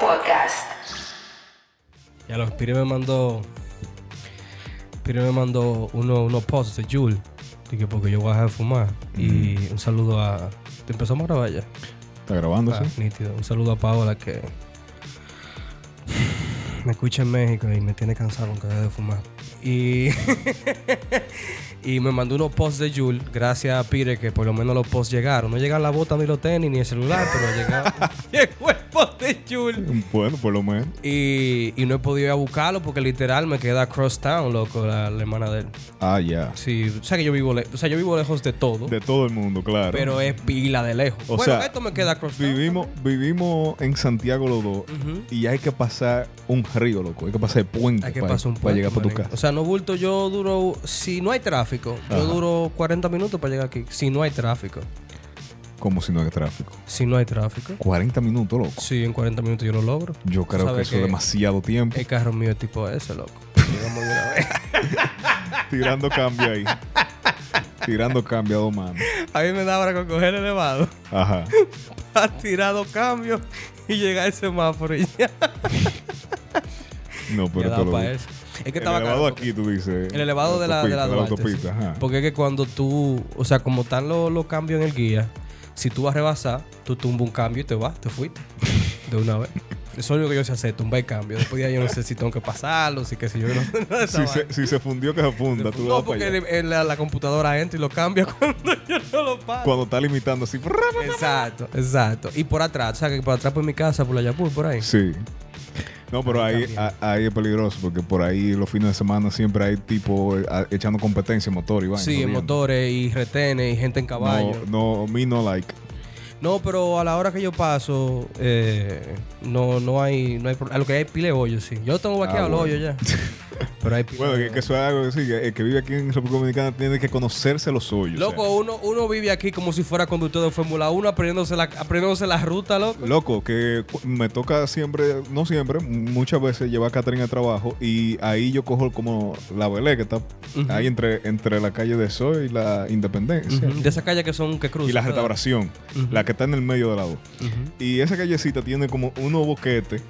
Podcast. Ya los Piri me mandó. Piri me mandó uno- unos posts de Jul. Dije, porque yo voy a dejar de fumar. Y un saludo a. ¿Te empezamos a grabar ya? Está grabando, Ah, sí. nítido. Un saludo a Paola que. Me escucha en México y me tiene cansado aunque deje de fumar. Y. y me mandó unos posts de Jul. Gracias a Pire que por lo menos los posts llegaron. No llegan la bota, ni los tenis, ni el celular, pero llegaron. Llegó el post de Jul. Bueno, por lo menos. Y, y no he podido ir a buscarlo porque literal me queda crosstown, loco, la, la hermana de él. Ah, ya. Sí, o sea que yo vivo, le- o sea, yo vivo lejos de todo, De todo el mundo, claro. pero es pila de lejos. O bueno, sea, esto me queda crosstown. Vivimos, vivimos en Santiago los dos y hay que pasar un río, loco. Hay que pasar el puente, Hay que para, pasar un para puente, llegar para tu marico. casa. O sea, no bulto, yo duro, si no hay tráfico, yo Ajá. duro 40 minutos para llegar aquí. Si no hay tráfico, Como si no hay tráfico. si no hay tráfico. 40 minutos, loco. Sí, en 40 minutos yo lo logro. Yo creo que sabes eso que Eh. es demasiado tiempo. El carro mío es tipo ese, loco. Llegamos de una vez. Tirando cambio ahí. Tirando cambio a dos manos. A mí me da ahora con coger elevado. Ajá. ha tirado cambios y llega a ese semáforo y ya. No, pero Ya te daba lo pa' digo. eso. Es que El estaba elevado caro, aquí, tú dices. El elevado de la, de la Duarte, autopista, sí. ajá. Porque es que cuando tú, o sea, como están los, los cambios en el guía, si tú vas a rebasar, tú tumbas un cambio y te vas, te fuiste. De una vez. Eso es lo único que yo sé hacer, tumbar el cambio. Después ya yo no sé si tengo que pasarlo, si qué sé yo. yo No, sé nada de esa Si vaina. se, si se fundió, que se funda. Tú no, vas para porque allá. el- el- la, la computadora entra y lo cambia cuando yo no lo paso. Cuando está limitando así. Exacto, exacto. Y por atrás, o sea, que por atrás por mi casa, por la Yapur, por ahí. Sí. No, pero ahí, también. a- ahí es peligroso porque por ahí los fines de semana siempre hay tipo eh, a- echando competencia en motor y vaina, Sí, en jodiendo. motores y retenes y gente en caballo. No, no, me no like. No, pero a la hora que yo paso, eh, no, no hay, no hay pro- A lo que hay es pile de hoyo, sí. Yo tengo vaqueado Ah, los bueno. hoyos ya. Pero hay pile Bueno, de que, que hoyo. eso es algo que sí, que el que vive aquí en República Dominicana tiene que conocerse los hoyos. o sea. Loco, uno, uno vive aquí como si fuera conductor de Fórmula 1, aprendiéndose la, aprendiéndose la ruta, loco. Loco, que cu- me toca siempre, no siempre, muchas veces llevar a Catherine al trabajo y ahí yo cojo como la Belé que está ahí entre, entre la calle de Soy y la Independencia. Ujú, De esas calles que son que cruzan. y la ¿verdad? restauración, la que está en el medio de la dos. Y esa callecita tiene como unos boquetes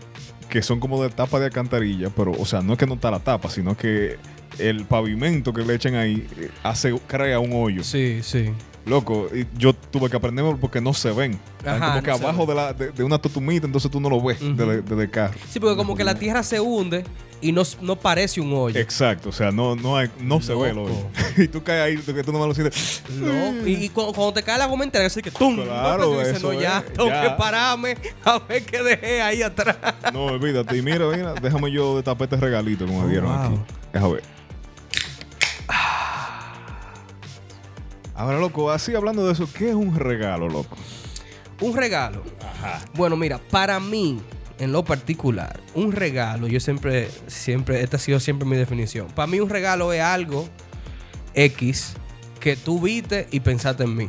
que son como de tapa de alcantarilla, pero, o sea, no es que no está la tapa, sino que el pavimento que le echan ahí eh, hace, crea un hoyo. Sí, sí. Loco, y yo tuve que aprenderme porque no se ven. Están Ajá, como que no se abajo de, la, de, de una totumita, entonces tú no lo ves Ujú. desde, desde el carro. Sí, porque como que la tierra se hunde y no, no parece un hoyo. Exacto, o sea, no, no, hay- no se ve el Loco. hoyo. y tú caes ahí, tú, que tú no me lo sientes. No, y, y cu- cuando, te cae la goma entera, así que ¡tum! Claro, tú dices, eso no, ya, es, tengo ya". que pararme a ver qué dejé ahí atrás. No, olvídate. Y mira, mira, déjame yo de tapete regalito, como me Oh, dieron wow. aquí. Déjame ver. Ahora, loco, así hablando de eso, ¿qué es un regalo, loco? Un regalo. Bueno, mira, para mí, en lo particular, un regalo, yo siempre, siempre, esta ha sido siempre mi definición. Para mí, un regalo es algo X que tú viste y pensaste en mí.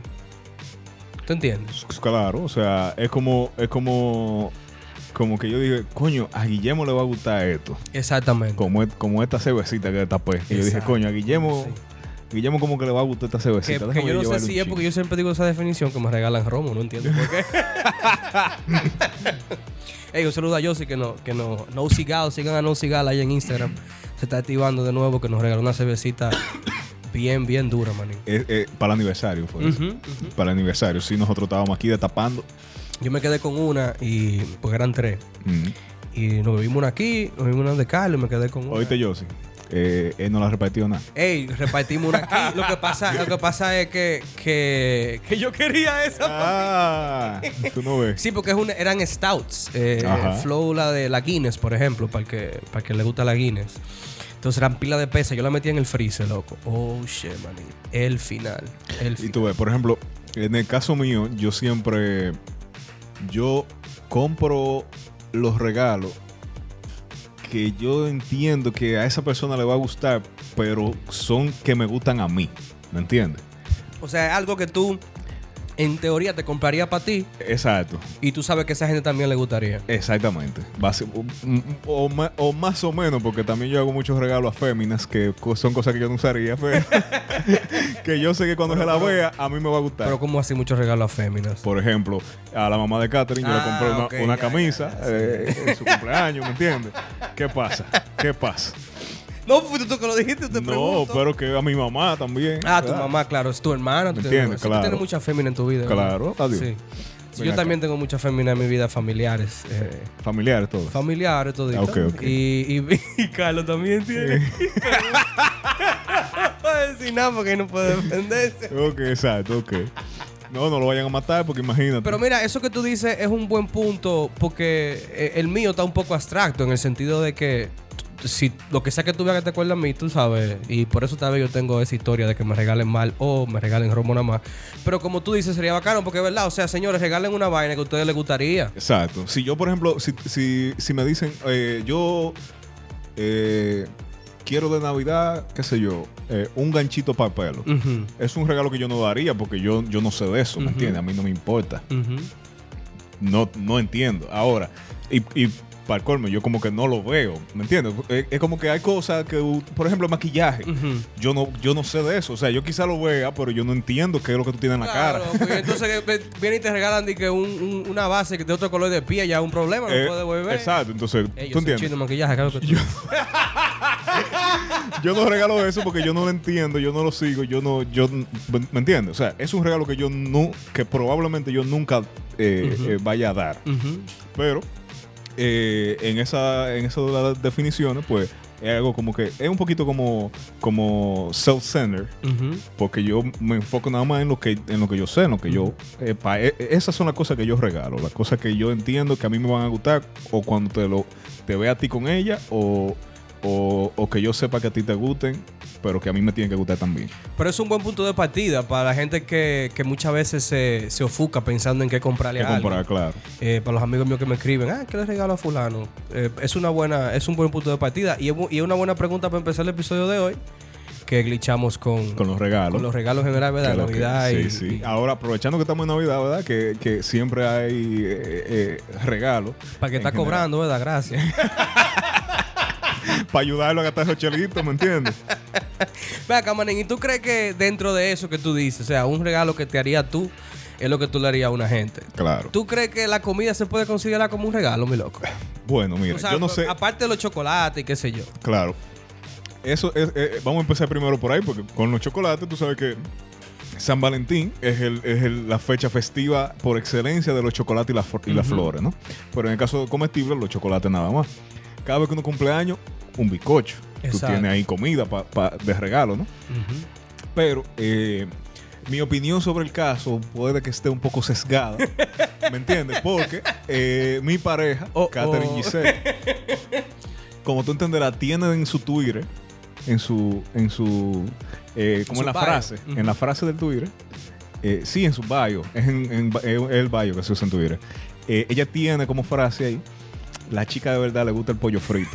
¿Tú entiendes? Claro, o sea, es como, es como, como que yo dije, coño, a Guillermo le va a gustar esto. Exactamente. Como, es- como esta cervecita que tapé. Y yo dije, Exacto. coño, a Guillermo, Sí. Guillermo como que le va a gustar esta Que, cervecita. que Déjame yo no sé llevarle si un es porque chin. yo siempre digo esa definición que me regalan romo, no entiendo por qué. Ey, un saludo a Yossi que no, que no, no Cigal, sigan a No Cigal ahí en Instagram. Se está activando de nuevo que nos regaló una cervecita bien, bien dura, manín. Es- es para el aniversario, fue eso. Ujú, Para el aniversario. Sí, nosotros estábamos aquí destapando. Yo me quedé con una y porque eran tres. Mm. Y nos bebimos una aquí, nos bebimos una de Carlos y me quedé con una. Oíste, Josie. Eh, él no la ha repartido nada. Ey, repartimos una aquí. Lo que pasa, lo que pasa es que, que, que yo quería esa. Ah, tú no ves. Sí, porque es un- eran stouts. eh, Ajá. flow la de la Guinness, por ejemplo, para el que, para el que le gusta la Guinness. Entonces eran pila de pesa. Yo la metí en el freezer, loco. Oh, shit, maní. El final. El Y final. tú ves, por ejemplo, en el caso mío, yo siempre. Yo compro los regalos que yo entiendo que a esa persona le va a gustar, pero son que me gustan a mí. ¿Me entiendes? O sea, es algo que tú en teoría te compraría para ti Exacto. y tú sabes que a esa gente también le gustaría. Exactamente. Basi- O, o ma- o más o menos, porque también yo hago muchos regalos a féminas que co- son cosas que yo no usaría, pero que yo sé que cuando se la vea, a mí me va a gustar. Pero como así muchos regalos a féminas. Por ejemplo, a la mamá de Catherine yo le Ah, compré una, ok, una ya, camisa ya, ya, sí. eh, en su cumpleaños, ¿me entiendes? ¿Qué pasa? ¿Qué pasa? No, fuiste tú que lo dijiste, te no, pregunto. pero que a mi mamá también. Ah, tu ¿verdad? mamá, claro, es tu hermana. ¿Me tú entiendes? tienes- sí, tú Claro. tienes muchas féminas en tu vida. ¿verdad? Claro, adiós. Sí. Sí, Ven Yo acá. también tengo muchas féminas en mi vida, familiares. eh, Familiares todos. familiares, todito. Ah, ok, ok. Y, y, y Carlos también tiene. no puedo decir nada porque no puede defenderse. ok, exacto, ok. No, no lo vayan a matar porque imagínate. Pero mira, eso que tú dices es un buen punto porque eh, el mío está un poco abstracto en el sentido de que t- si lo que sea que tú veas que te acuerdas a mí, tú sabes. Y por eso tal vez yo tengo esa historia de que me regalen mal o me regalen romo nada más. Pero como tú dices, sería bacano porque es verdad. O sea, señores, regalen una vaina que a ustedes les gustaría. Exacto. Si yo, por ejemplo, si, si, si me dicen, eh, yo eh, quiero de Navidad, qué sé yo, eh, un ganchito para pelo. Ujú, Es un regalo que yo no daría porque yo, yo no sé de eso, ¿me Ujú. entiendes? A mí no me importa. ujú. No, no entiendo. Ahora, y, y para el colmo, yo como que no lo veo, ¿me entiendes? Eh, Es, es como que hay cosas que, u- por ejemplo, el maquillaje. Ujú. Yo no, yo no sé de eso. O sea, yo quizá lo vea, pero yo no entiendo qué es lo que tú tienes en la Claro, cara. pues, entonces que- que vienen y te regalan de que un- un- una base de otro color de piel ya es un problema, no Eh, puedes volver. Exacto, Eh, entonces, yo ¿tú soy entiendes? chino en maquillaje, claro que tú. Yo no regalo eso porque yo no lo entiendo, yo no lo sigo, yo no, yo, n- ¿me entiendes? O sea, es un regalo que yo no, que probablemente yo nunca eh, Ujú. eh, vaya a dar. Ujú. Pero eh, en esa, en esas de las definiciones, pues es algo como que es un poquito como, como self centered Ujú. porque yo me enfoco nada más en lo que, en lo que yo sé, en lo que yo, eh, pa- e- esas son las cosas que yo regalo, las cosas que yo entiendo que a mí me van a gustar o cuando te lo te vea a ti con ella o, o, o que yo sepa que a ti te gusten, pero que a mí me tienen que gustar también. Pero es un buen punto de partida para la gente que, que muchas veces se, se ofusca pensando en qué comprarle Que a alguien. comprar, claro. Eh, para los amigos míos que me escriben, ah, ¿qué le regalo a fulano? Eh, es una buena, es un buen punto de partida y es, bu- y es una buena pregunta para empezar el episodio de hoy que glitchamos con, Con los regalos. con los regalos generales, Que ¿verdad? lo que- Navidad sí, y, sí. y- Ahora, aprovechando que estamos en Navidad, ¿verdad? Que, que siempre hay eh, eh, regalos. para que en está general. cobrando, ¿verdad? Gracias. Para ayudarlo a gastar esos chelitos, ¿me entiendes? Ve acá, Manín, ¿y tú crees que dentro de eso que tú dices, o sea, un regalo que te haría tú es lo que tú le harías a una gente? Claro. ¿Tú crees que la comida se puede considerar como un regalo, mi loco? Bueno, mira, O sea, yo no sé. aparte de los chocolates y qué sé yo. Claro. Eso es, eh, vamos a empezar primero por ahí, porque con los chocolates, tú sabes que San Valentín es, el, es el- la fecha festiva por excelencia de los chocolates y, las flor- y las Ujú. flores, ¿no? Pero en el caso de comestibles, los chocolates nada más. Cada vez que uno cumpleaños, un bizcocho. Tú Exacto. tienes ahí comida pa- pa- de regalo, ¿no? Pero eh, mi opinión sobre el caso puede que esté un poco sesgada, ¿me entiendes? Porque eh, mi pareja, Oh, Catherine oh. Giselle, como tú entenderás, tiene en su Twitter, en su, en su, eh, como Su en la bio. frase, Ujú. en la frase del Twitter, eh, sí, en su bio, es en, en- es el bio que se usa en Twitter. Eh, ella tiene como frase ahí, la chica de verdad le gusta el pollo frito.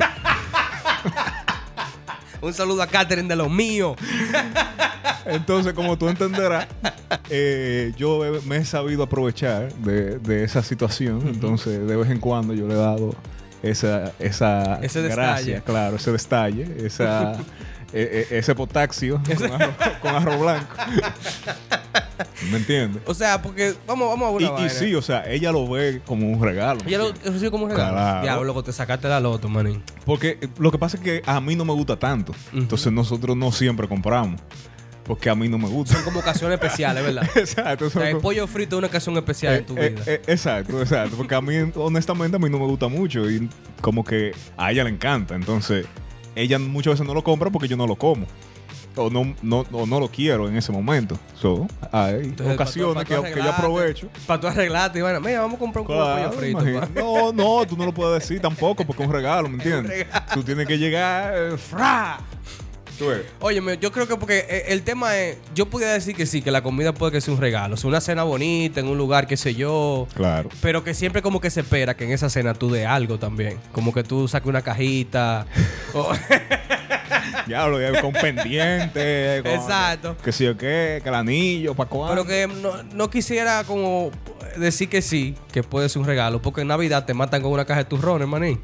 Un saludo a Catherine de los míos. Entonces, como tú entenderás, eh, yo he- me he sabido aprovechar de, de esa situación. Entonces, de vez en cuando yo le he dado esa, esa Ese detalle. gracia, claro, ese detalle, esa, e- e- ese potaxio con arroz, con arroz blanco. ¿Me entiendes? O sea, porque vamos, vamos a Y, una y vaina. sí, o sea, ella lo ve como un regalo. ¿me Ella lo entiendes? recibió como un regalo. Claro. Diablo, loco, te sacaste la loto, manín. Porque eh, lo que pasa es que a mí no me gusta tanto. Entonces, nosotros no siempre compramos. Porque a mí no me gusta. Son como ocasiones especiales, ¿verdad? Exacto. O son sea, el como- pollo frito es una ocasión especial en tu Eh, vida. eh, eh, exacto, exacto. Porque a mí, honestamente, a mí no me gusta mucho. Y como que a ella le encanta. Entonces, ella muchas veces no lo compra porque yo no lo como. O no, no, o no lo quiero en ese momento. So, hay Entonces, pa' ocasiones tú- pa' tú que, que yo arreglarte, aprovecho. Para tú arreglarte, y bueno, mira, vamos a comprar un cubo de Claro, pollo frito. imagínate. pa. no, no, tú no lo puedes decir tampoco porque es un regalo, ¿me un entiendes? Tú tienes que llegar, eh, fra. Tú ves. Óyeme, yo creo que porque eh, el tema es, yo pudiera decir que sí, que la comida puede que sea un regalo. O sea, una cena bonita, en un lugar, qué sé yo. Claro. Pero que siempre como que se espera que en esa cena tú de algo también. Como que tú saques una cajita. o- diablo, ya, con pendiente. con- Exacto. Que si yo qué, que el anillo, pa' cuándo. Pero que no, no quisiera como decir que sí, que puede ser un regalo, porque en Navidad te matan con una caja de turrones, maní.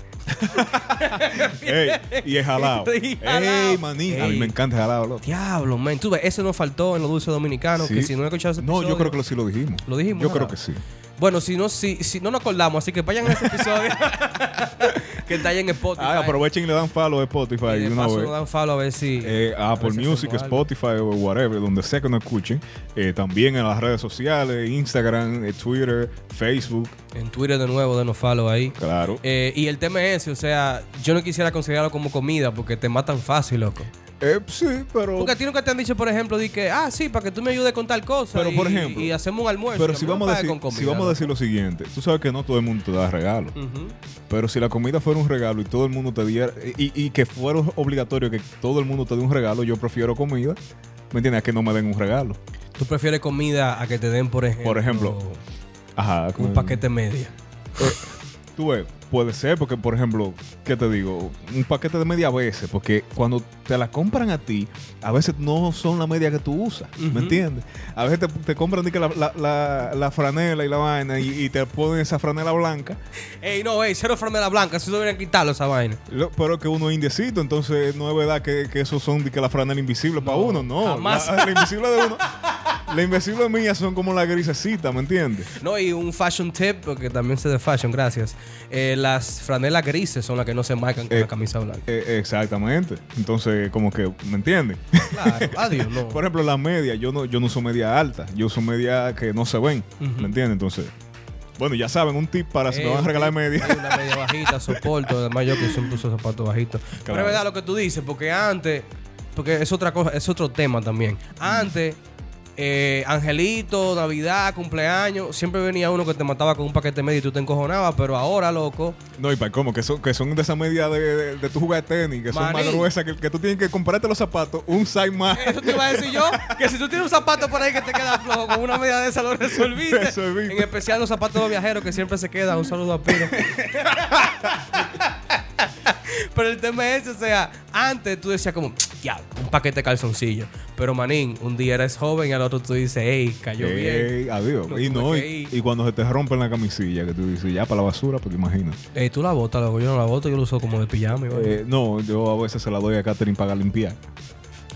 Ey, y es jalado. Y Ey, jalao. maní. A mí Ey. me encanta jalado. loco. Diablo, man. Tú ves, eso nos faltó en los dulces dominicanos, que Sí. si no he escuchado ese No, yo episodio- creo que lo- sí lo dijimos. Lo dijimos, Yo ¿no? creo que sí. Bueno, si no, si, si no nos acordamos, así que vayan a ese episodio que está ahí en Spotify. Ah, aprovechen y le dan follow a Spotify Y de de una paso vez. nos dan follow a ver si... Eh, a Apple si Music, hacemos algo. Spotify o whatever, donde sea que nos escuchen. Eh, también en las redes sociales, Instagram, eh, Twitter, Facebook, En Twitter de nuevo, denos follow ahí. claro. Eh, y el tema es ese, o sea, yo no quisiera considerarlo como comida porque te matan fácil, loco. Eh, sí, pero... Porque a ti nunca te han dicho, por ejemplo, de que, ah, sí, para que tú me ayudes con tal cosa. Pero, y, por ejemplo, y hacemos un almuerzo. Pero que si me lo vamos, a pague decir, con comida, si vamos a loco. decir lo siguiente, tú sabes que no todo el mundo te da regalo, Ujú. pero si la comida fuera un regalo y todo el mundo te diera, y, y que fuera obligatorio que todo el mundo te dé un regalo, yo prefiero comida, ¿me entiendes? A que no me den un regalo. Tú prefieres comida a que te den, por ejemplo, Por ejemplo, eh, Ajá, un como- paquete media. Tú ves, puede ser, porque por ejemplo, ¿qué te digo? Un paquete de media veces, porque cuando te la compran a ti, a veces no son la media que tú usas, Ujú. ¿me entiendes? A veces te, te compran di que la, la- la- la franela y la vaina y, y te ponen esa franela blanca, Ey, no, ey, cero framela blanca, si deberían quitarlo esa vaina. lo- pero que uno es indecito, entonces no es verdad que, que esos son de que la franela invisible para uno, no. jamás. La, la invisible de uno, la invisible mía son como la grisecita, ¿me entiendes? No, y un fashion tip, porque también sé de fashion, gracias. Eh, las franelas grises son las que no se marcan con Eh. la camisa blanca. Eh, exactamente, entonces como que, ¿me entiendes? Claro, adiós, no. Por ejemplo, la media, yo no, yo no uso media alta, yo uso media que no se ven, Ujú. ¿me entiendes? Entonces, bueno, ya saben, un tip para si me Eh, van a regalar ok, media. hay Una media bajita, soporto. Además, yo que siempre uso zapatos bajitos. Pero Claro. es verdad lo que tú dices, porque antes, porque es otra cosa, es otro tema también. Antes, eh, Angelito, Navidad, cumpleaños, siempre venía uno que te mataba con un paquete medio y tú te encojonabas, pero ahora, loco, No, y para cómo, que son, que son de esa media de, de, de tu jugar de tenis, que son Maní. más gruesas, que, que tú tienes que comprarte los zapatos, un size más. Eso te iba a decir yo, que si tú tienes un zapato por ahí que te queda flojo, con una media de esa lo resolviste. Resolviste. En especial los zapatos de los viajeros que siempre se quedan. Un saludo a Piro. Pero el tema es, o sea, antes tú decías como, ya, un paquete de calzoncillo. Pero manín, un día eres joven y al otro tú dices, hey, cayó bien. Ey, adiós. No ah, y tuve no, que y, ir. y cuando se te rompen la camisilla, que tú dices, ya para la basura, pues porque imagina. Ey, tú la botas, loco. Yo no la boto, yo lo uso como de pijama. y vaina. Eh, no, yo a veces se la doy a Catherine para limpiar,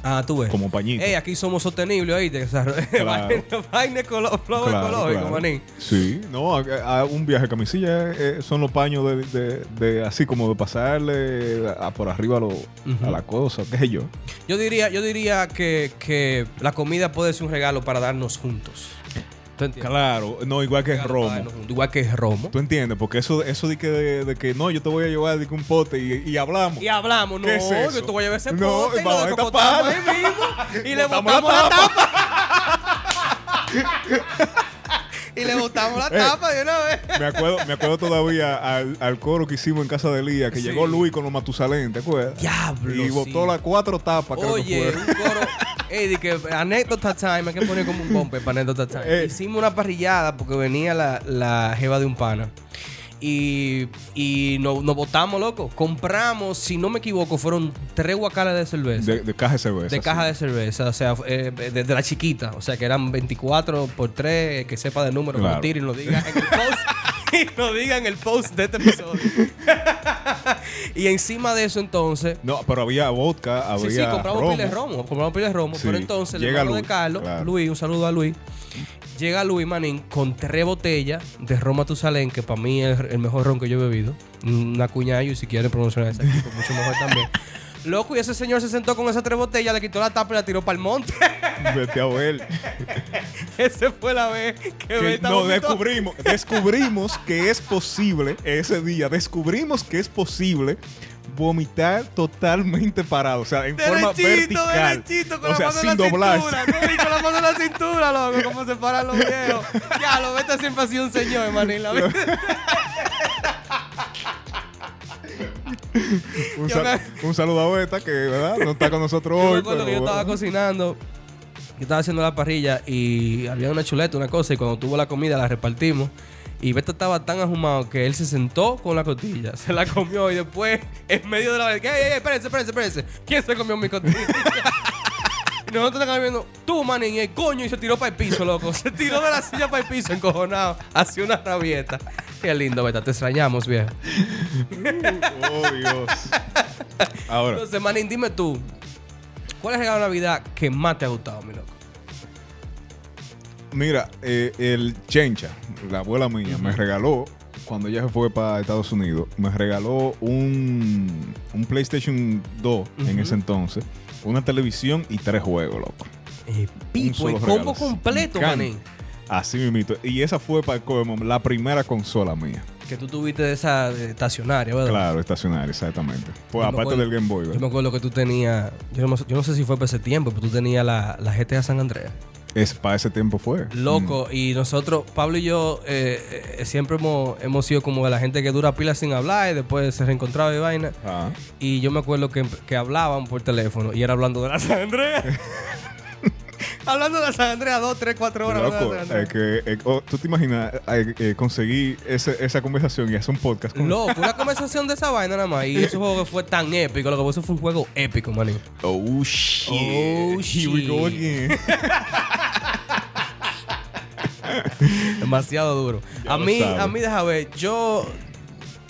ah, tú ves. como pañito. Ey, aquí somos sostenibles, oíste. O sea, vaina- vaina ecolo- flow ecológico, claro. manín. Sí, no, a- a un viaje de camisilla eh, son los paños de, de- de- así como de pasarle a- por arriba a lo- a la cosa, qué sé yo. Yo diría, yo diría que, que la comida puede ser un regalo para darnos juntos. ¿Tú entiendes? Claro, no, igual que es Regalo para romo. darnos juntos. Igual que es romo. ¿Tú entiendes? Porque eso, eso de, que, de, que no, yo te voy a llevar de que un pote y, y hablamos. Y hablamos, no, ¿Qué es eso? yo te voy a llevar ese No, pote y lo vamos a descocotamos ahí tapar. mismo y le Botamos la botamos la tapa. y le botamos la Eh. tapa de una vez. Me acuerdo, me acuerdo todavía al, al coro que hicimos en casa de Elías, que Sí. llegó Luis con los Matusalén, ¿te acuerdas? Diablo, Y botó sí. las cuatro tapas, creo Oye, que un fue. coro. Ey, di que anécdota time, hay que poner como un bumper para anécdota time. Ey. Hicimos una parrillada porque venía la, la jeva de un pana. Y, y no- nos botamos, loco. Compramos, si no me equivoco, fueron tres guacales de cerveza. De, De, de caja de cerveza. caja de cerveza, o sea, eh, de, de la chiquita. O sea, que eran 24 por 3, que sepa de número, Claro. lo tire y nos diga en el post. y nos diga en el post de este episodio. y encima de eso, entonces, No, pero había vodka, había Sí, sí, compramos romo. pila de romo, compramos pila de romo. Sí, Pero entonces, el llega hermano Luis, de Carlos, claro. Luis, un saludo a Luis. Llega Luis Manín con tres botellas de Roma Tusalén, que para mí es el mejor ron que yo he bebido. Una cuña y si quieren promocionar ese equipo, mucho mejor también. Loco, y ese señor se sentó con esas tres botellas, le quitó la tapa y la tiró para el monte. Vete a ver. Esa fue la vez que Que Beta no, vomitó. descubrimos, descubrimos que es posible, ese día, descubrimos que es posible vomitar totalmente parado, o sea, en forma Derechito, vertical. derechito, con o la sea, mano sin en la doblarse. cintura. ¿no? Y con la mano en la cintura, loco, como se paran los viejos. Ya, lo Beta siempre ha sido un señor, Manín. la verdad. Un, Yo sal- un saludo a Beta, que ¿verdad? no está con nosotros Yo me hoy. acuerdo pero que yo estaba bueno. cocinando, yo estaba haciendo la parrilla y había una chuleta, una cosa, y cuando tuvo la comida la repartimos. Y Beto estaba tan ajumado que él se sentó con la costilla, se la comió y después, en medio de la. ¡Ey, ey, ey! Espérense, espérense, espérense. ¿Quién se comió mi costilla? y nosotros estamos viendo, tú, manín, el coño, y se tiró para el piso, loco. Se tiró de la silla para el piso, encojonado, hacia una rabieta. Qué lindo, Beto, te extrañamos, viejo. Oh, Dios. Ahora, Entonces, manín, dime tú, ¿cuál es el regalo de Navidad que más te ha gustado, mi loco? mira, eh, el Chencha, la abuela mía, me regaló, cuando ella se fue para Estados Unidos, me regaló un, un PlayStation 2 en ese entonces, una televisión y tres juegos, loco. El Un Eh, pipo, solo el regalo. combo completo, Me encanta. manín. Así mismito. Y esa fue para el colmo, la primera consola mía. Que tú tuviste de esa eh, estacionaria, ¿verdad? Claro, estacionaria, exactamente. Pues Yo me aparte acuerdo- del Game Boy, Yo me ¿verdad? acuerdo que tú tenías, yo no, me- yo no sé si fue para ese tiempo, pero tú tenías la, la GTA San Andreas. Es, para ese tiempo fue. Loco, y nosotros, Pablo y yo, eh, eh, siempre hemos, hemos sido como de la gente que dura pilas sin hablar y después se reencontraba y vaina. Mm. Ah. Y yo me acuerdo que, que hablaban por teléfono y era hablando de la San Andreas. hablando de la San Andreas dos, tres, cuatro horas. hablando Loco, de la San Andreas. eh, que, eh, oh, tú te imaginas eh, eh, conseguir ese- esa conversación y hacer un podcast con Loco, una conversación de esa vaina nada más. Y ese juego que fue tan épico, loco, porque eso fue un juego épico, manín. Oh shit. Oh, Here we go again. Demasiado duro. Ya A lo mí, sabe. a mí, deja ver, yo.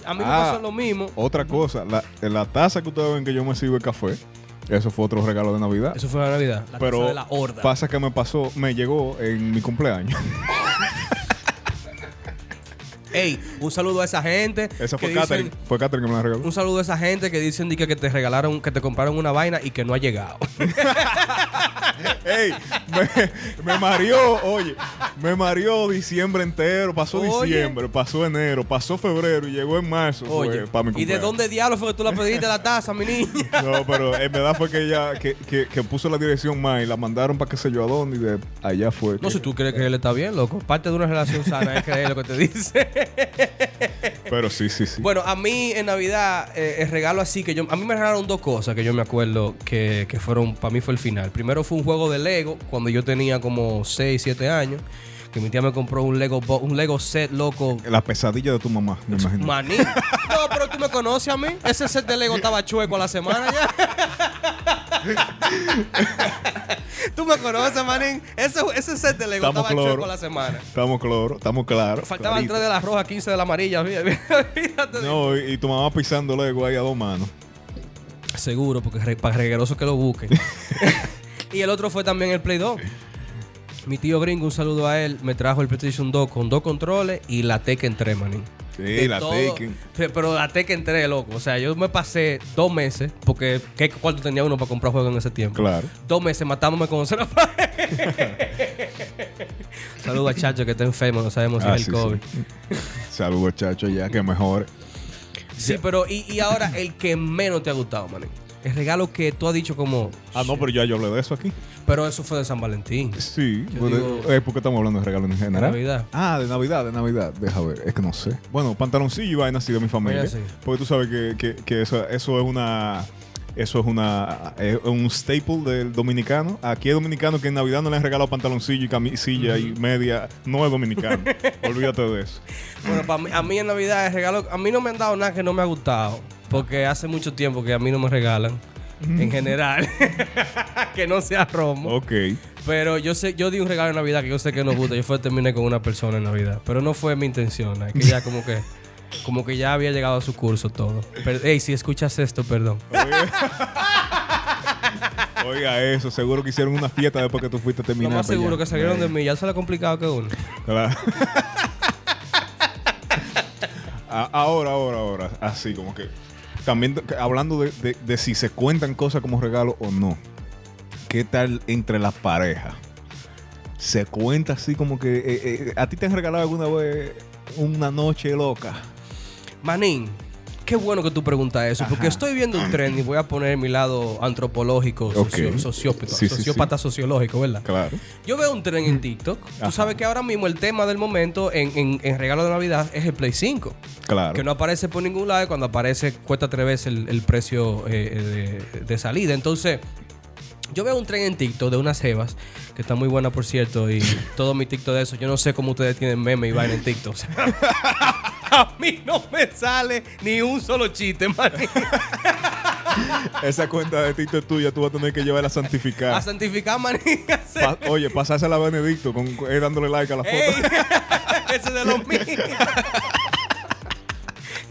A mí me Ah. pasó lo mismo. Otra cosa, la, la taza que ustedes ven que yo me sirvo el café, eso fue otro regalo de Navidad. Eso fue la Navidad. La pero casa de la horda. pasa que me pasó, me llegó en mi cumpleaños. Ey, un saludo a esa gente. Esa fue que dicen- Catherine. Fue Catherine que me la regaló. Un saludo a esa gente que dicen di que, que te regalaron, que te compraron una vaina y que no ha llegado. Ey, me, me mareó, oye, me mareó diciembre entero, pasó Oye. diciembre, pasó enero, pasó febrero y llegó en marzo. Oye, para mi ¿y de cumpleaños. dónde diablos fue que tú la pediste la taza, mi niña? No, pero en verdad fue que ella que, que- que puso la dirección mal y la mandaron para qué sé yo a dónde y de allá fue. No, que- si tú crees que él está bien, loco. Parte de una relación sana es creer lo que te dice. Pero sí, sí, sí. Bueno, a mí en Navidad, eh, el regalo así que yo. A mí me regalaron dos cosas que yo me acuerdo que, que fueron. Para mí fue el final. Primero fue un juego de Lego cuando yo tenía como 6, 7 años. Que mi tía me compró un Lego, bo- un Lego set loco. La pesadilla de tu mamá, me imagino. Maní. No, pero tú me conoces a mí. Ese set de Lego estaba chueco a la semana ya. tú me conoces, manín. Ese, ese set de Lego Estamos estaba chueco claro. a la semana. Estamos claro, estamos claros. Faltaban clarito. tres de la roja, 15 de la amarilla. Fíjate de No, y, y tu mamá pisando luego ahí a dos manos. Seguro, porque re- para reguerosos que lo busquen. y el otro fue también el Play 2. Mi tío gringo, un saludo a él, me trajo el PlayStation 2 con dos controles y la Tekken 3, manín. Sí, De la todo- taken. Pe- Pero la Tekken 3, loco. O sea, yo me pasé dos meses, porque ¿qué cuarto tenía uno para comprar juegos en ese tiempo? Claro. Dos meses matándome con Saludos Saludo a Chacho que está enfermo, no sabemos si Ah, es sí, el COVID. sí. Saludos, chacho, ya que mejor. Sí, pero y, y ahora el que menos te ha gustado, manín. El regalo que tú has dicho como... Ah, no, pero ya yo hablé de eso aquí. Pero eso fue de San Valentín. Sí, Yo pues, digo- eh, ¿por qué estamos hablando de regalos en general? Navidad. Ah, de Navidad, de Navidad. Deja ver, es que no sé. Bueno, pantaloncillo y vaina así de mi familia. Oye, sí. Porque tú sabes que, que- que eso, eso es una. Eso es una es un staple del dominicano. Aquí hay dominicanos que en Navidad no le han regalado pantaloncillo y camisilla y Mm. media. No es dominicano. Olvídate de eso. Bueno, para mí, a mí en Navidad el regalo, a mí no me han dado nada que no me ha gustado, porque hace mucho tiempo que a mí no me regalan en general, que no sea romo. Ok. Pero yo sé, yo di un regalo en Navidad que yo sé que no gusta, yo fue terminé con una persona en Navidad, pero no fue mi intención, es que ya como que como que ya había llegado a su curso todo. Pero, hey, si escuchas esto, perdón. Oiga eso, seguro que hicieron una fiesta después que tú fuiste a Lo terminar. más para seguro allá. que salieron de mí, ya se lo ha complicado que uno. Claro. A- ahora, ahora, ahora. Así como que. También t- hablando de, de- de si se cuentan cosas como regalo o no. ¿Qué tal entre las parejas? Se cuenta así como que. eh, eh, ¿A ti te han regalado alguna vez una noche loca? Manín, qué bueno que tú preguntas eso, porque estoy viendo un tren y voy a poner mi lado antropológico, socio- Ok. sociópata, Sí, sí, sociópata sociológico, ¿verdad? Claro. Yo veo un tren en TikTok. Ajá. Tú sabes que ahora mismo el tema del momento en, en- en regalo de Navidad es el Play 5, Claro. que no aparece por ningún lado y cuando aparece cuesta tres veces el, el precio eh, eh, de, de salida. Entonces, Yo veo un tren en TikTok de unas jevas, que está muy buena por cierto, y todo mi TikTok de eso. Yo no sé cómo ustedes tienen meme y vaina en TikTok. O sea, a mí no me sale ni un solo chiste, manito. Esa cuenta de TikTok tuya tú vas a tener que llevarla a A santificar. santificar, manito. Pa- oye, pasásela a Benedicto con, eh, dándole like a la foto. ¡Ey! Eso es de los míos.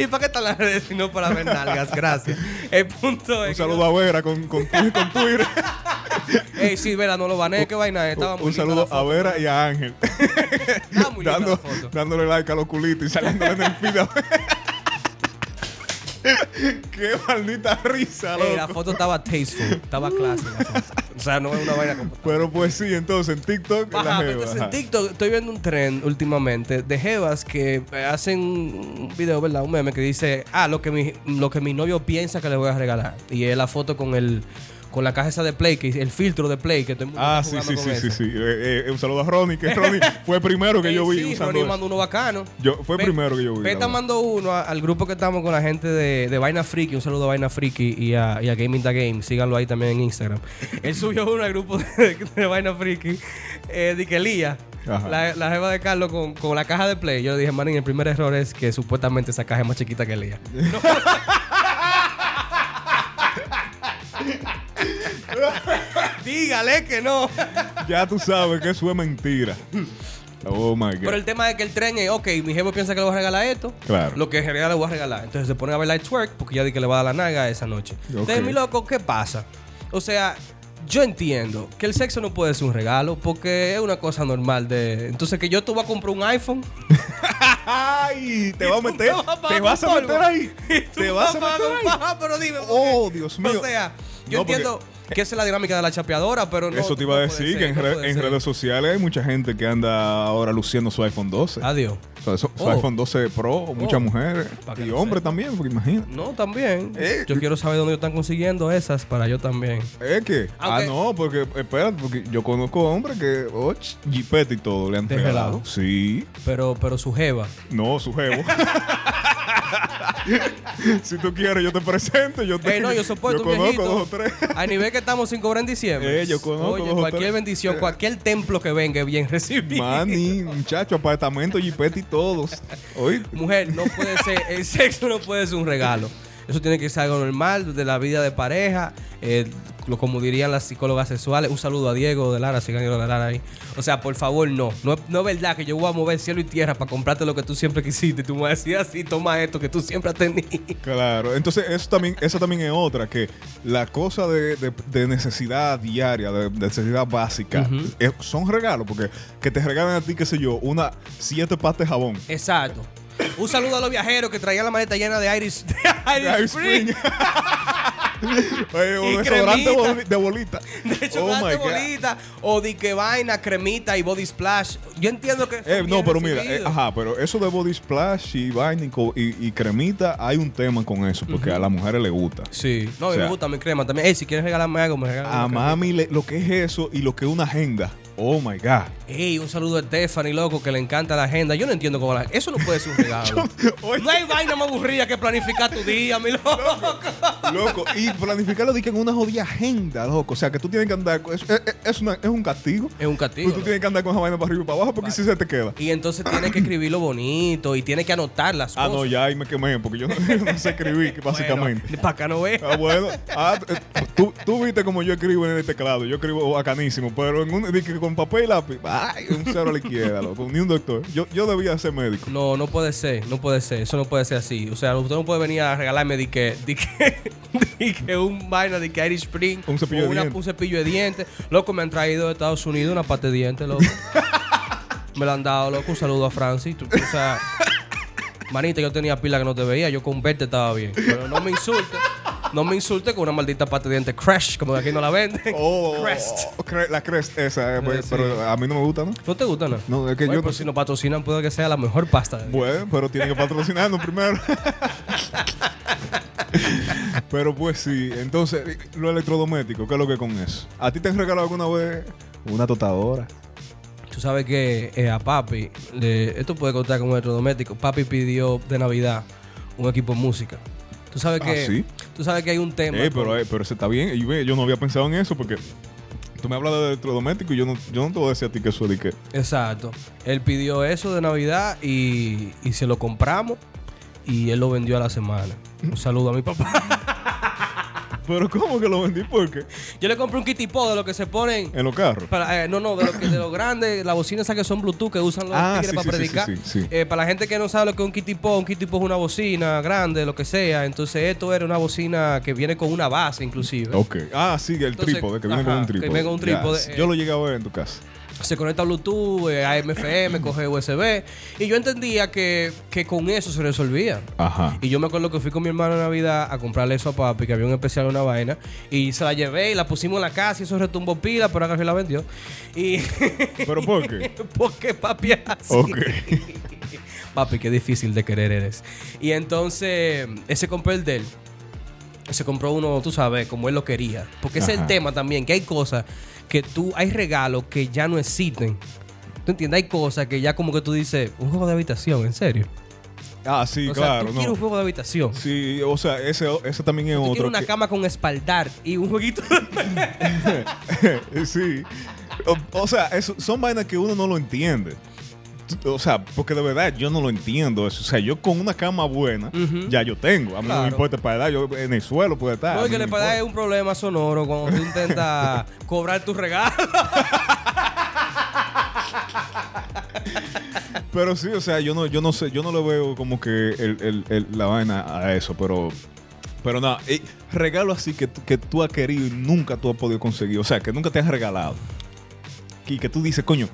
¿Y para qué están las redes si no para ver nalgas? Gracias. El punto Un es. que saludo a Vera con, con, tu- con Twitter. yo- Ey, sí, Vera, no lo baneé. ¿Qué vaina es? Estaba muy Un linda saludo la foto. a Vera y a Ángel. Estaba muy linda la Dando- foto. dándole like a los culitos y saliéndole en el feed. Qué maldita risa, Ey, la loco. foto estaba tasteful. Estaba clásica. la foto. O sea, no es una vaina como. Pero pues sí, entonces en TikTok. la Ajá, jeva, entonces ajá. en TikTok estoy viendo un tren últimamente de jevas que eh, hacen un video, ¿verdad? Un meme que dice, ah, lo que mi, lo que mi novio piensa que le voy a regalar. Y es la foto con el con la caja esa de Play, que el filtro de Play que todo el mundo Ah, sí, está sí, jugando sí, con sí, eso. sí. Eh, eh, un saludo a Ronnie, que Ronnie fue el primero que Ey, yo vi sí, usando Ronnie eso. mandó uno bacano. Yo- fue el primero que yo vi, la Peta verdad. mandó uno a- al grupo que estamos con la gente de, de Vaina Freaky. Un saludo a Vaina Freaky y a, y a Gaming the Game. Síganlo ahí también en Instagram. Él subió uno al grupo de, de Vaina Freaky. Eh, de que Elías, Ajá. la, la jeva de Carlos con, con la caja de play. Yo le dije, Marín, el primer error es que supuestamente esa caja es más chiquita que Elías. Dígale que no. Ya tú sabes que eso es mentira. Oh my God. Pero el tema es que el tren es, ok, mi jefe piensa que le voy a regalar esto. Claro. Lo que regala le voy a regalar. Entonces se pone a bailar twerk porque ya di que le va a dar la naga esa noche. Entonces, Ok. mi loco, ¿qué pasa? O sea, yo entiendo que el sexo no puede ser un regalo porque es una cosa normal de... Entonces, que yo tú vas a comprar un iPhone. ¡Ay! Te y vas a tú meter. vas a Te vas a pagar un meter polvo. ahí. Y tú Te vas a pagar meter un ahí. paja, pero dime. ¿por qué? Oh, Dios mío. O sea, yo No, porque- entiendo que esa es la dinámica de la chapeadora, pero no... Eso te iba a no puede ser, decir que en, no re- puede en ser. redes sociales hay mucha gente que anda ahora luciendo su iPhone 12. Adiós. O sea, su, su Ah. Oh. iPhone 12 Pro, muchas mujeres. Pa' que Y lo hombres también, porque imagínate. No, también. Eh, Yo quiero saber dónde están consiguiendo esas para yo también. Es que, ah, Aunque- no, porque, espérate, porque yo conozco hombres que, och, jipete y todo le han ¿Te regalado. regalado? Sí, Pero, pero su jeva. no, su jevo. si tú quieres, yo te presento. Yo, te, Ey, no, yo soporto un conozco viejito. dos o tres. A nivel que estamos sin cobrar en diciembre. Eh, yo conozco Oye, dos o cualquier tres. bendición, cualquier templo que venga es bien recibido. Mani, muchacho, apartamento, jipete y todos. Oye, Mujer, no puede ser, el sexo no puede ser un regalo. Eso tiene que ser algo normal de la vida de pareja. eh, lo- como dirían las psicólogas sexuales. Un saludo a Diego de Lara, sigan a Diego de Lara ahí. O sea, por favor, no. No, es- no es verdad que yo voy a mover cielo y tierra para comprarte lo que tú siempre quisiste. Y tú me vas a decir así, toma esto que tú siempre has tenido. Claro, entonces eso también, eso también es otra, que la cosa de, de- de necesidad diaria, de, de necesidad básica, es- son regalos, porque que te regalen a ti, qué sé yo, una siete pastas de jabón. Exacto. Un saludo a los viajeros que traían la maleta llena de aire, de aire Ice Spring. cream. Oye, Y un desodorante cremita. boli- de bolita. De chocolate Oh God. Eh, bolita o de que vaina, cremita y body splash. Yo entiendo que. Eh, son no, bien pero mira, eh, recibidos. ajá, pero eso de body splash y vaina y, co- y- y cremita, hay un tema con eso, porque a las mujeres les gusta. Sí. No, O y sea- me gusta mi crema también. Ey, si quieres regalarme algo, me regalas. A una mami le- lo que es eso y lo que es una agenda. Oh my God. crema. Ey, un saludo a Stephanie, loco, que le encanta la agenda. Yo no entiendo cómo la. Eso no puede ser un regalo. Oye. no hay vaina más aburrida que planificar tu día, mi loco. Loco, y planificarlo dije en una jodida agenda, loco. O sea, que tú tienes que andar. con- Es, es, es una- es un castigo. Es un castigo. Tú- tú loco. tienes que andar con esa vaina para arriba y para abajo porque si se te queda. Y entonces tienes que escribirlo bonito y tienes que anotar las Ah, no, cosas. ya ahí me quemé porque yo no, yo no sé escribir, que básicamente. para que no vea. Ah, bueno. Ah, eh, tú, tú viste como yo escribo en el teclado. Yo escribo bacanísimo, pero en un, dije, con papel y lápiz. Ay, un cero a la izquierda, loco. Ni un doctor. Yo, yo debía ser médico. No, no puede ser, no puede ser, eso no puede ser así. O sea, usted no puede venir a regalarme de que, de que, de que un vaina de que Irish Spring, Un cepillo o de una- dientes. un cepillo de dientes. Loco, me han traído de Estados Unidos una parte de dientes, loco. me lo han dado, loco. Un saludo a Francis. Tú- o sea, manita, yo tenía pila que no te veía, yo con verte estaba bien. Pero no me insultes, no me insultes con una maldita parte de dientes Crash, como de aquí no la venden. Oh, Crest. cre- la crest, esa. eh, pues, Sí. Pero a mí no me gusta, ¿no? ¿No te gusta, no? No, es que Oye, yo pues no- si nos patrocinan, puede que sea la mejor pasta. de- Bueno, pero tiene que patrocinarnos primero. pero pues sí, entonces, lo electrodoméstico, ¿qué es lo que con eso? ¿A ti te han regalado alguna vez una totadora? Tú sabes que eh, a papi, le- esto puede contar como electrodoméstico. Papi pidió de Navidad un equipo de música. Tú sabes Ah, que, ¿sí? tú sabes que hay un tema. Eh, con- pero, eh, pero ese está bien. Y ve, yo no había pensado en eso porque tú me hablas de electrodoméstico y yo no, yo no te voy a decir a ti que eso de que. Exacto. Él pidió eso de Navidad y, y se lo compramos y él lo vendió a la semana. Un saludo a mi papá. Pero ¿cómo que lo vendí? ¿Por qué? Yo le compré un kitty pod de lo que se ponen. En los carros. para- eh, no, no, de los de lo grandes, las bocinas esas que son Bluetooth que usan los Ah, tigres sí, para sí, sí, predicar. sí, sí, sí. Eh, para la gente que no sabe lo que es un kitty pod, un kitty pod es una bocina grande, lo que sea. Entonces, esto era una bocina que viene con una base, inclusive. Ok. Ah, sí, el Entonces, trípode, que viene ajá, con un que trípode. viene con un Ya, trípode, sí. eh. Yo lo llegué a ver en tu casa. se conecta a Bluetooth, eh, a MFM, coge USB. Y yo entendía que, que con eso se resolvía. Ajá. Y yo me acuerdo que fui con mi hermano en Navidad a comprarle eso a papi, que había un especial, una vaina. Y se la llevé y la pusimos en la casa y eso retumbó pila, pero Ángel la vendió. Y. ¿Pero por qué? Porque papi es así. Ok. Papi, qué difícil de querer eres. Y entonces, ese compró el de él. Se compró uno, tú sabes, como él lo quería. Porque ese es el Ajá. tema también, que hay cosas que tú, hay regalos que ya no existen. ¿Tú entiendes? Hay cosas que ya como que tú dices, un juego de habitación, en serio. Ah, sí, o sea, claro. tú no. quieres un juego de habitación. Sí, o sea, ese, ese también es Tú otro. quieres una que- cama con espaldar y un jueguito. sí. O, o sea, eso- son vainas que uno no lo entiende. Tú- O sea, porque de verdad yo no lo entiendo eso. O sea, yo con una cama buena Ujú. ya yo tengo. A mí no Claro. me importa para edad, yo en el suelo puede estar. No, y a mí que le no me pagas es importa. un problema sonoro cuando tú intentas cobrar tus regalos. Pero sí, o sea, yo no, yo no sé, yo no le veo como que el- el- el- la vaina a eso, pero. Pero nada, eh, regalo así que, tú- que tú has querido y nunca tú has podido conseguir. O sea, que nunca te han regalado. Y que tú dices, coño,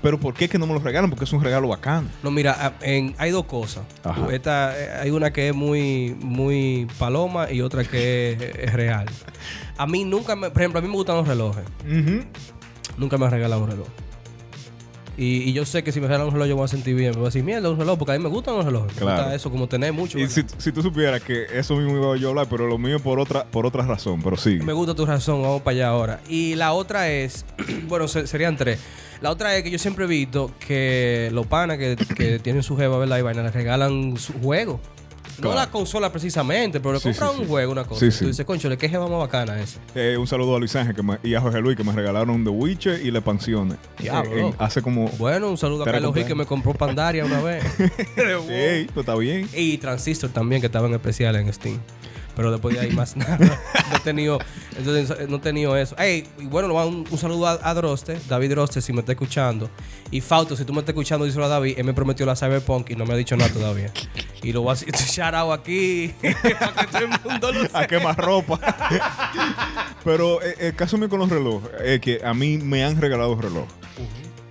pero ¿por qué es que no me lo regalan? Porque es un regalo bacano. No, mira, ah, en- hay dos cosas. Ajá. Esta, eh, hay una que es muy, muy paloma y otra que es, es real. A mí nunca, me, por ejemplo, a mí me gustan los relojes. Ujú. Nunca me han regalado un reloj. Y, y yo sé que si me regalan un reloj yo me voy a sentir bien. Me voy a decir, mierda, un reloj, porque a mí me gustan los relojes. Me Claro. gusta eso, como tener mucho. Y ¿verdad? si, si tú supieras que eso mismo iba yo a hablar, pero lo mío por otra, por otra razón, pero sí. Me gusta tu razón, vamos para allá ahora. Y la otra es, bueno, se- serían tres. La otra es que yo siempre he visto que los panas que, que tienen su jeva, ¿verdad? Y vaina, les regalan su juego. Claro. No la consola precisamente, pero le Sí, sí, compran un sí. juego, una cosa. Sí, Y sí. Tú dices, concho, qué jeva más bacana ese. Eh, un saludo a Luis Ángel que me- y a Jorge Luis que me regalaron The Witcher y la pensiones. Diablo, loco. hace como. Bueno, un saludo a Oh. Te la Carlos Gil compré. que me compró Pandaria una vez. Ey, pues está bien. Y Transistor también, que estaba en especial en Steam. Pero después de ahí más nada. No he tenido, entonces, no he tenido eso. Ey, y bueno, le va un, un saludo a, a Droste, David Droste, si me está escuchando. Y Fausto, si tú me estás escuchando, díselo a David. Él me prometió la Cyberpunk y no me ha dicho nada todavía. Y lo voy a hacer shout out aquí para que todo el mundo lo sepa. A quemar ropa. pero eh, el caso mío con los relojes es que a mí me han regalado reloj.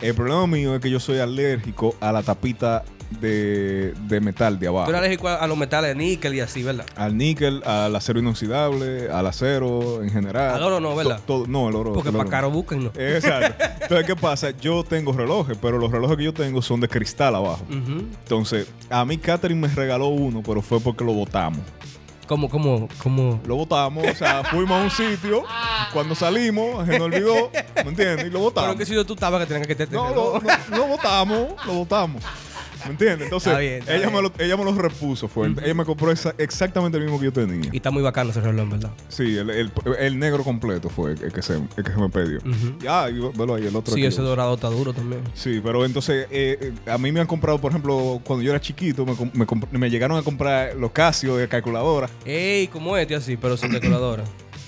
El problema mío es que yo soy alérgico a la tapita de, de metal de Tú abajo. eres alérgico a, a los metales, níquel y así, ¿verdad? Al níquel, al acero inoxidable, al acero en general. Al oro no, ¿verdad? To- todo- no, el oro. Porque el oro para no. caro búsquenlo. Exacto. Entonces, ¿qué pasa? Yo tengo relojes, pero los relojes que yo tengo son de cristal abajo. Ujú. Entonces, a mí Catherine me regaló uno, pero fue porque lo botamos. ¿Cómo, cómo, cómo? Lo botamos, o sea, fuimos a un sitio, cuando salimos, se nos olvidó, ¿me entiendes? Y ¿Pero lo botamos. en qué sitio tú estabas que tenían que te No, te- lo, no, lo botamos, lo botamos. ¿Me entiendes? Entonces, Está bien, está ella, Me bien. lo, ella me lo repuso, fue. Ella me compró esa- exactamente el mismo que yo tenía. Y está muy bacano ese reloj, ¿verdad? Sí, el, el- el negro completo fue el que se, el que se me pidió. Ujú. Ya, y velo ahí, el otro. Sí, aquí. ese dorado está duro también. Sí, pero entonces eh, eh, a mí me han comprado, por ejemplo, cuando yo era chiquito, me, com- me comp- me llegaron a comprar los Casio de calculadora. Ey, como este así, pero sin decoradora.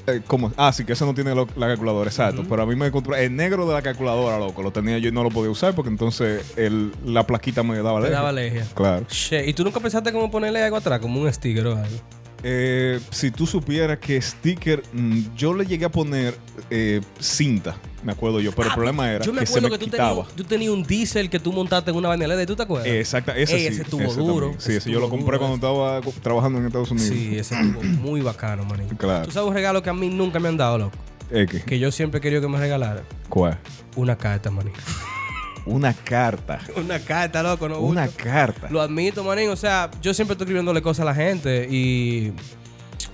Eh, ¿cómo? Ah, sí, que eso no tiene lo- la calculadora, exacto. Pero a mí me compró el negro de la calculadora, loco. Lo tenía yo y no lo podía usar porque entonces el- la plaquita me daba Te lejos. daba alergia. Claro. Che, ¿y tú nunca pensaste cómo ponerle algo atrás? Como un sticker o algo. Eh, si tú supieras que sticker, mm, yo le llegué a poner eh, cinta, me acuerdo yo, pero el problema era Ah, Yo me que se acuerdo me que tú quitaba. tenías, tú tenías un diésel que tú montaste en una bañalera ¿y tú te acuerdas? Exacta, ese Ey, sí. ese estuvo también. duro, Sí, ese ese yo estuvo lo compré duro, cuando estaba co- trabajando en Estados Unidos. Sí, ese estuvo muy bacano, manito. Claro. ¿Tú sabes un regalo que a mí nunca me han dado, loco? Eh, ¿qué? Que yo siempre he querido que me regalaran. ¿Cuál? Una carta, manito. Una carta. Una carta, loco, no Una gusto. carta. Lo admito, manín. O sea, yo siempre estoy escribiéndole cosas a la gente y.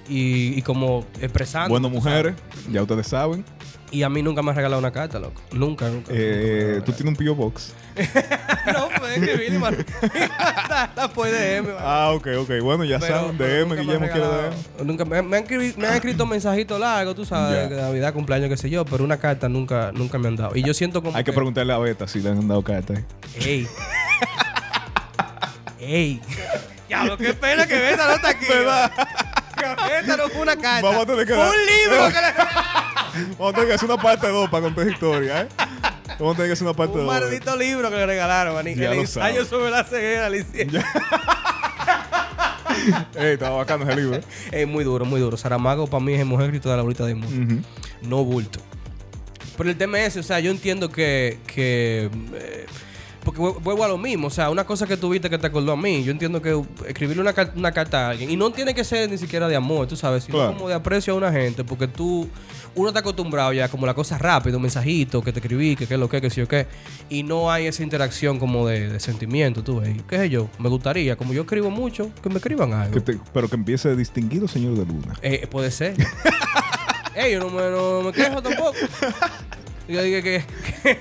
Y, y como expresando. Bueno, mujeres, ya ustedes saben, Y a mí nunca me han regalado una carta, loco. Nunca, nunca. Eh, tú tienes un P.O. Box. no, pues, puedes escribirle, mano. la puede DM, mano. Ah, ok, ok. Bueno, ya Pero- saben, pero DM, nunca me han Guillermo quiere regalado- DM. Nunca, me, me han escri- me han escrito mensajitos largos, tú sabes, Ya. de Navidad, cumpleaños, qué sé yo, pero una carta nunca, nunca me han dado. Y yo siento como. Hay que preguntarle a Beta si le han dado cartas. ¡Ey! ¡Ey! Diablo, qué pena que Beta no está aquí. ¿Verdad? Que Beta no fue una carta. Vamos a tener que Fue dar- un libro que le Vamos a tener que hacer una parte 2 para contar historia, ¿eh? Vamos a tener que hacer una parte Un 2. maldito libro que le regalaron, maní. Ya El lo ensayo sabes. sobre la ceguera le hicieron. Ey, estaba bacano ese libro. Es muy duro, muy duro. Saramago para mí es el mujer grito de la bolita de mundo. Ujú. No bulto. Pero el tema es, ese, o sea, yo entiendo que. que, eh, porque vu- vuelvo a lo mismo, o sea, una cosa que tuviste que te acordó a mí, yo entiendo que escribirle una, car- una carta a alguien, y no tiene que ser ni siquiera de amor, tú sabes, sino Claro. como de aprecio a una gente, porque tú, uno está acostumbrado ya como la cosa rápida, un mensajito que te escribí, que qué es lo que, que sí o qué, y no hay esa interacción como de, de sentimiento, tú ves, Y qué sé yo, me gustaría, como yo escribo mucho, que me escriban algo. Que te- pero que empiece distinguido señor de luna. Eh, puede ser. Ey, yo no me, no me quejo tampoco. Yo dije que,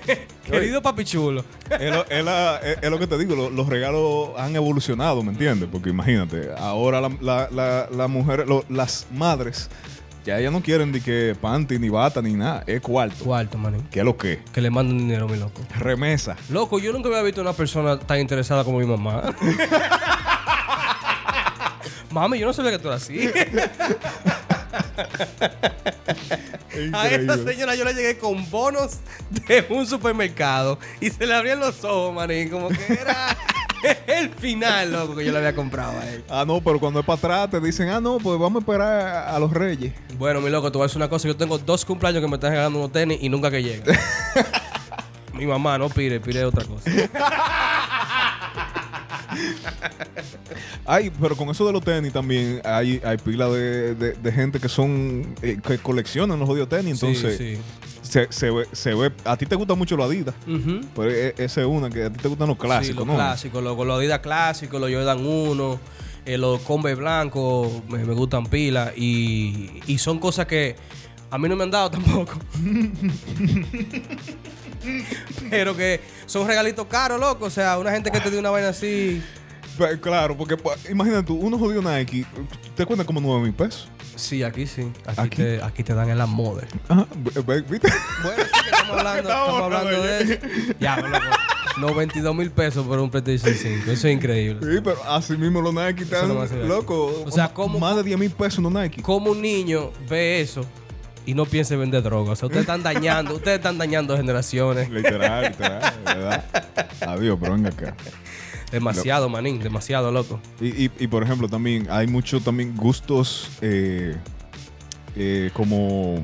que- Querido papi chulo. es, lo, es la- es- es lo que te digo, lo- los regalos han evolucionado, ¿me entiendes? Porque imagínate, ahora la, la, la- la mujer, lo- las madres, ya ellas no quieren ni que panty, ni bata, ni nada, es cuarto. Cuarto, manín. ¿Qué es lo que? Que le manden dinero, mi loco. Remesa. Loco, yo nunca había visto una persona tan interesada como mi mamá. Mami, yo no sabía que tú eras así. A esa señora yo la llegué con bonos de un supermercado y se le abrían los ojos, manín. Como que era el final, loco, que yo le había comprado a él. Ah, no, pero cuando es para atrás te dicen, ah, no, pues vamos a esperar a, a los reyes. Bueno, mi loco, te voy a decir una cosa. Yo tengo dos cumpleaños que me están regalando unos tenis y nunca que llegan. mi mamá no pide, pide otra cosa. Ay, pero con eso de los tenis también hay, hay pila de, de- de gente que son, eh, que coleccionan los odios tenis, entonces Sí, sí. Se, se ve, se ve, a ti te gusta mucho los Adidas. Ujú. Pero e- esa es una que a ti te gustan los clásicos, Sí, los ¿no? clásicos, los, los Adidas clásicos, los Jordan 1, eh, los Combe blancos, me, me gustan pila y, y son cosas que a mí no me han dado tampoco. Pero que son regalitos caros, loco. O sea, una gente que te dio una vaina así. Pe- Claro, porque pa- imagínate tú, unos jodidos Nike te cuesta como 9 mil pesos. Sí, aquí sí. Aquí, Aquí. Te, aquí te dan en la moda. Ajá, ve- ve- ¿viste? Bueno, sí que estamos hablando, Estamos estamos hablando de eso. hablando Ya, loco. 92 mil pesos por un PlayStation 5. Eso es increíble. Sí, pero así mismo los Nike están no me hace daño. loco. O sea, ma- ¿cómo- Más de 10 mil pesos unos Nike. ¿Cómo un niño ve eso y no piensa en vender drogas? O sea, ustedes están dañando, ustedes están dañando generaciones. Literal, literal, de ¿verdad? Adiós, pero venga acá. Demasiado, manín, demasiado, loco. Y, y, y, por ejemplo, también hay muchos también gustos eh, eh, como,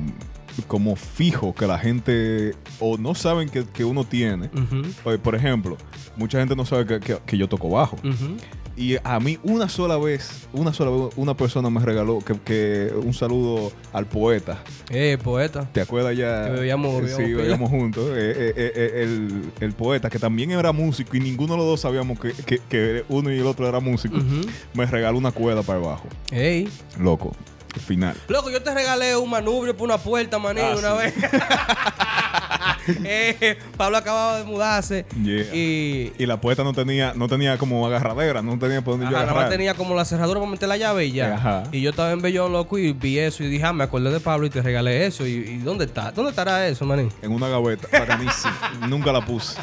como fijo que la gente o no saben que, que uno tiene. Ujú, Oye, por ejemplo, mucha gente no sabe que, que- que yo toco bajo. ujú. Y a mí una sola vez, una sola vez, una persona me regaló que, que un saludo al poeta. Eh, poeta. ¿Te acuerdas ya? Que bebíamos- Sí, bebíamos pila. bebíamos juntos. Eh, eh, eh, eh, el, el poeta, que también era músico y ninguno de los dos sabíamos que, que- que uno y el otro era músico, Ujú. me regaló una cuerda para el bajo. Ey. Loco, el final. Loco, yo te regalé un manubrio por una puerta, manín, Ah, una vez. Eh, Pablo acababa de mudarse. Yeah. Y, Y la poeta no tenía, no tenía como agarradera, no tenía por dónde yo Ajá, nada más agarrar. Eh, tenía como la cerradura para meter la llave y ya. Ajá. Y yo estaba en Bellón, loco, y vi eso y dije, ah, me acordé de Pablo y te regalé eso. ¿Y, y dónde está? ¿Dónde estará eso, manín? En una gaveta, bacanísima. Nunca la puse.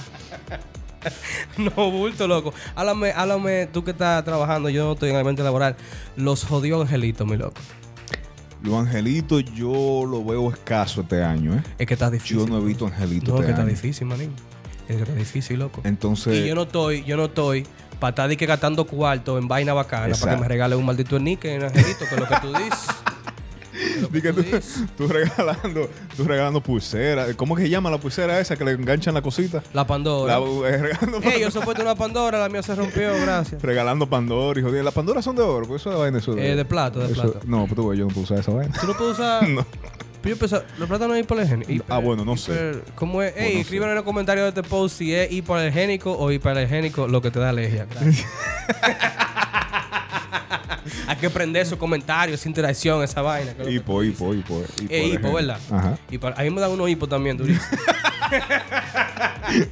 no, bulto, loco. Háblame, háblame, tú que estás trabajando, yo no estoy en el ambiente laboral. Los jodió angelitos, mi loco. Los angelitos yo lo veo escaso este año, ¿eh? Es que está difícil. Yo no he visto angelitos No, es este que está año. difícil, manín. Es que está difícil, loco. Entonces, Y yo no estoy, yo no estoy para estar di que gastando cuarto en vaina bacana para Exacto. que me regale un maldito nique en angelito, que es lo que tú dices. Que es lo que di que tú tú, dices. tú regalando, tú regalando pulseras. ¿Cómo que se llama la pulsera esa que le enganchan la cosita? La Pandora. La- eh, regalando, Ey, yo soporto una Pandora, la mía se rompió, gracias. regalando Pandora, hijo de. Las Pandoras son de oro, pues eso es vaina eso. Eh, de plata, de eso- plata. No, pero tú, yo no puedo usar esa vaina. ¿Tú no puedes usar? No. Pero yo pensaba, los plátanos hipoalergénicos. Ah, bueno, no sé. ¿Cómo es? Ey, Bueno, no escríbanos en los comentarios de este post si es hipoalergénico o hiperalgénico lo que te da alergia. Gracias. Hay que prender sus comentarios, esa interacción, esa vaina. que es lo que tú Hipo, dices. hipo, hipo. Eh, de hipo, gente. ¿verdad? Ajá. Y para, a mí me da unos hipos también, durísimo.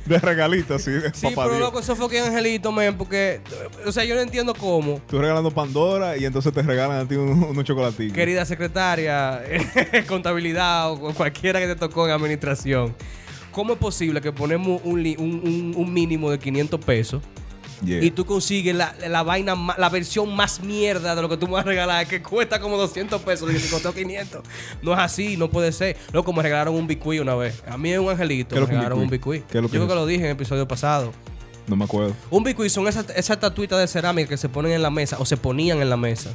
De regalito, así, de sí, papá pero Dios. loco, eso fue que Angelito, men, porque. O sea, yo no entiendo cómo. Tú regalando Pandora y entonces te regalan a ti un- unos chocolatillos. Querida secretaria, contabilidad o cualquiera que te tocó en administración, ¿cómo es posible que ponemos un, li- un- un- un mínimo de 500 pesos Yeah. y tú consigues la, la vaina, ma- la versión más mierda de lo que tú me vas a regalar, que cuesta como 200 pesos y te costó 500? No es así, no puede ser. Loco, me regalaron un bicuí una vez. A mí es un angelito, me ¿Qué es lo que un regalaron un bicuí? bicuí. ¿Qué Yo es lo que creo es? que lo dije en el episodio pasado. No me acuerdo. Un bicuí son esas, esas estatuitas de cerámica que se ponen en la mesa o se ponían en la mesa.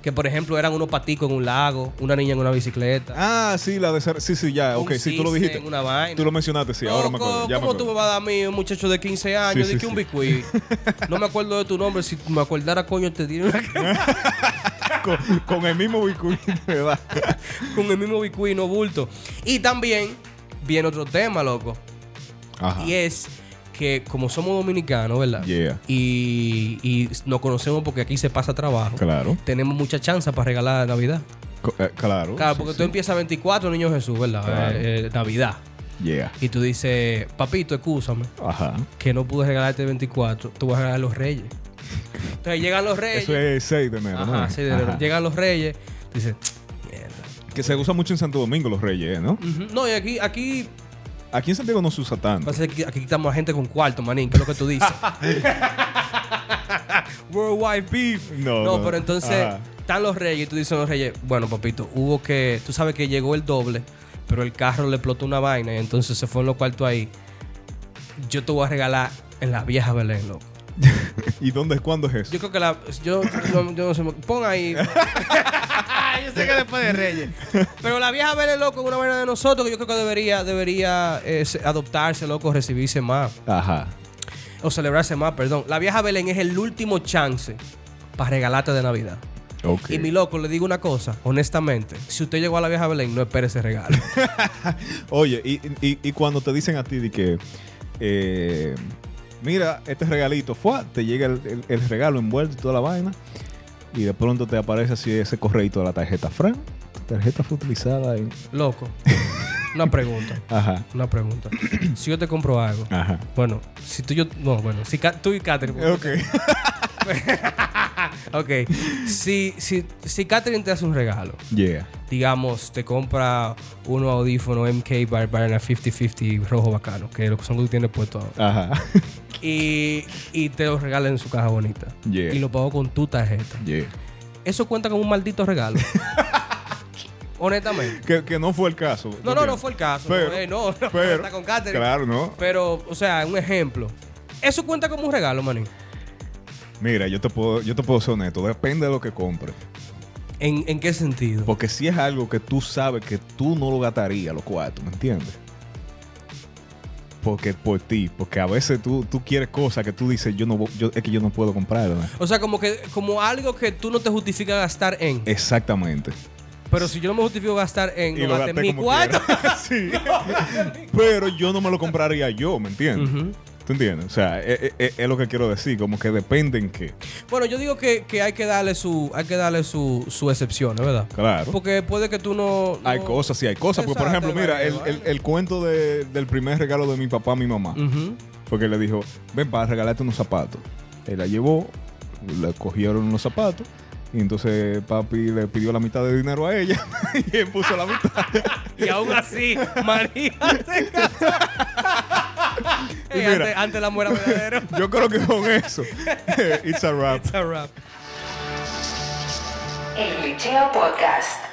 Que por ejemplo eran unos paticos en un lago, una niña en una bicicleta. Ah, sí, la de ser. Sí, sí, ya. un Ah, Ok, sí, tú lo cisne dijiste. en Una vaina. Tú lo mencionaste, sí, ahora me Loco, acuerdo. Ya me ¿Cómo tú me acuerdo. vas a dar a mí, un muchacho de 15 años, Sí, de sí, que un sí. bicuí? no me acuerdo de tu nombre. Si me acordara, coño, te diría una- con, con el mismo bicuí, ¿verdad? con el mismo bicuí, no bulto. Y también viene otro tema, loco. Ajá. Y es que como somos dominicanos, ¿verdad? Ah. Yeah. Y, y nos conocemos porque aquí se pasa trabajo. Claro. Tenemos mucha chance para regalar a Navidad. Co- eh, claro. Claro, sí, porque sí. tú empiezas 24, Niño Jesús, ¿verdad? Claro. Eh, eh, Navidad. Yeah. Y tú dices, papito, excúsame, Ajá. que no pude regalarte el 24, tú vas a regalar a los reyes. Entonces llegan los reyes. Eso es 6 de enero, Eh, Ajá, ¿no? sí, de verdad. Ajá. Llegan los reyes, tú dices, mierda. Que se usa mucho en Santo Domingo los reyes, ¿no? Ujú. No, y aquí, aquí, Aquí en Santiago no se usa tanto. pasa que aquí estamos a gente con cuarto, manín, que es lo que tú dices. Worldwide beef. No, No, no. pero entonces Ajá. están los reyes y tú dices a los reyes, bueno, papito, hubo que, tú sabes que llegó el doble, pero el carro le explotó una vaina y entonces se fue en los cuartos ahí. Yo te voy a regalar en la vieja Belén, loco. ¿Y dónde es cuándo es eso? Yo creo que la, yo, no, yo no sé, pon ahí. yo sé que después de Reyes. Pero la vieja Belén, loco, es una vaina de nosotros que yo creo que debería, debería eh, se- adoptarse, loco, recibirse más. Ajá. O celebrarse más, perdón. La vieja Belén es el último chance para regalarte de Navidad. Ok. Y mi loco, le digo una cosa, honestamente. Si usted llegó a la vieja Belén, no espere ese regalo. Oye, y, y- y cuando te dicen a ti de que. eh, mira, este regalito, fue, te llega el, el- el regalo envuelto y toda la vaina. Y de pronto te aparece así ese correito de la tarjeta Fran. tu Tarjeta fue utilizada en. Loco, una pregunta. Ajá. Una pregunta. Si yo te compro algo. Ajá. Bueno, si tú y yo. No, bueno, si Ca- tú y Catherine. Ok. ok. Si, si, si Catherine te hace un regalo, Yeah. digamos, te compra unos audífonos MK Bar- Barna 5050 rojo bacano, que es lo que son los que tienes puesto ahora. Ajá. Y, y te los regala en su caja bonita. Yeah. Y lo pago con tu tarjeta. Yeah. Eso cuenta como un maldito regalo. Honestamente. Que, que no fue el caso. No, no, no fue el caso. Pero- no, eh, no, no, pero- está con Catherine. Claro, ¿no? Pero, o sea, un ejemplo. Eso cuenta como un regalo, manín. Mira, yo te puedo, yo te puedo ser honesto, depende de lo que compres. ¿En, en qué sentido? Porque si es algo que tú sabes que tú no lo gastarías, lo cual, ¿tú me entiendes? Porque por ti, porque a veces tú, tú quieres cosas que tú dices, yo no vo- yo, es que yo no puedo comprar. ¿no? O sea, como que como algo que tú no te justificas gastar en. Eh, Exactamente. Pero si yo no me justifico gastar en, no gasté mi cuarto. quiera. Sí. Pero yo no me lo compraría yo, ¿me entiendes? Ujú. ¿Tú entiendes? O sea, es, es- es- es lo que quiero decir, como que depende en qué. Bueno, yo digo que, que hay que darle su hay que darle su, su excepción, ¿no? ¿verdad? Claro. Porque puede que tú no. Hay no- cosas, sí, hay cosas. Porque, por Exacto, ejemplo, mira, el, vale, el- vale. el cuento de- del primer regalo de mi papá a mi mamá. Ujú. Porque le dijo, ven para regalarte unos zapatos. Él la llevó, le cogieron unos zapatos. Y entonces papi le pidió la mitad de dinero a ella. y él puso la mitad. Y aún así, María se casó. Ey, mira. antes, antes la muera verdadero. Yo creo que con eso. It's a wrap. It's a wrap. El Liceo Podcast.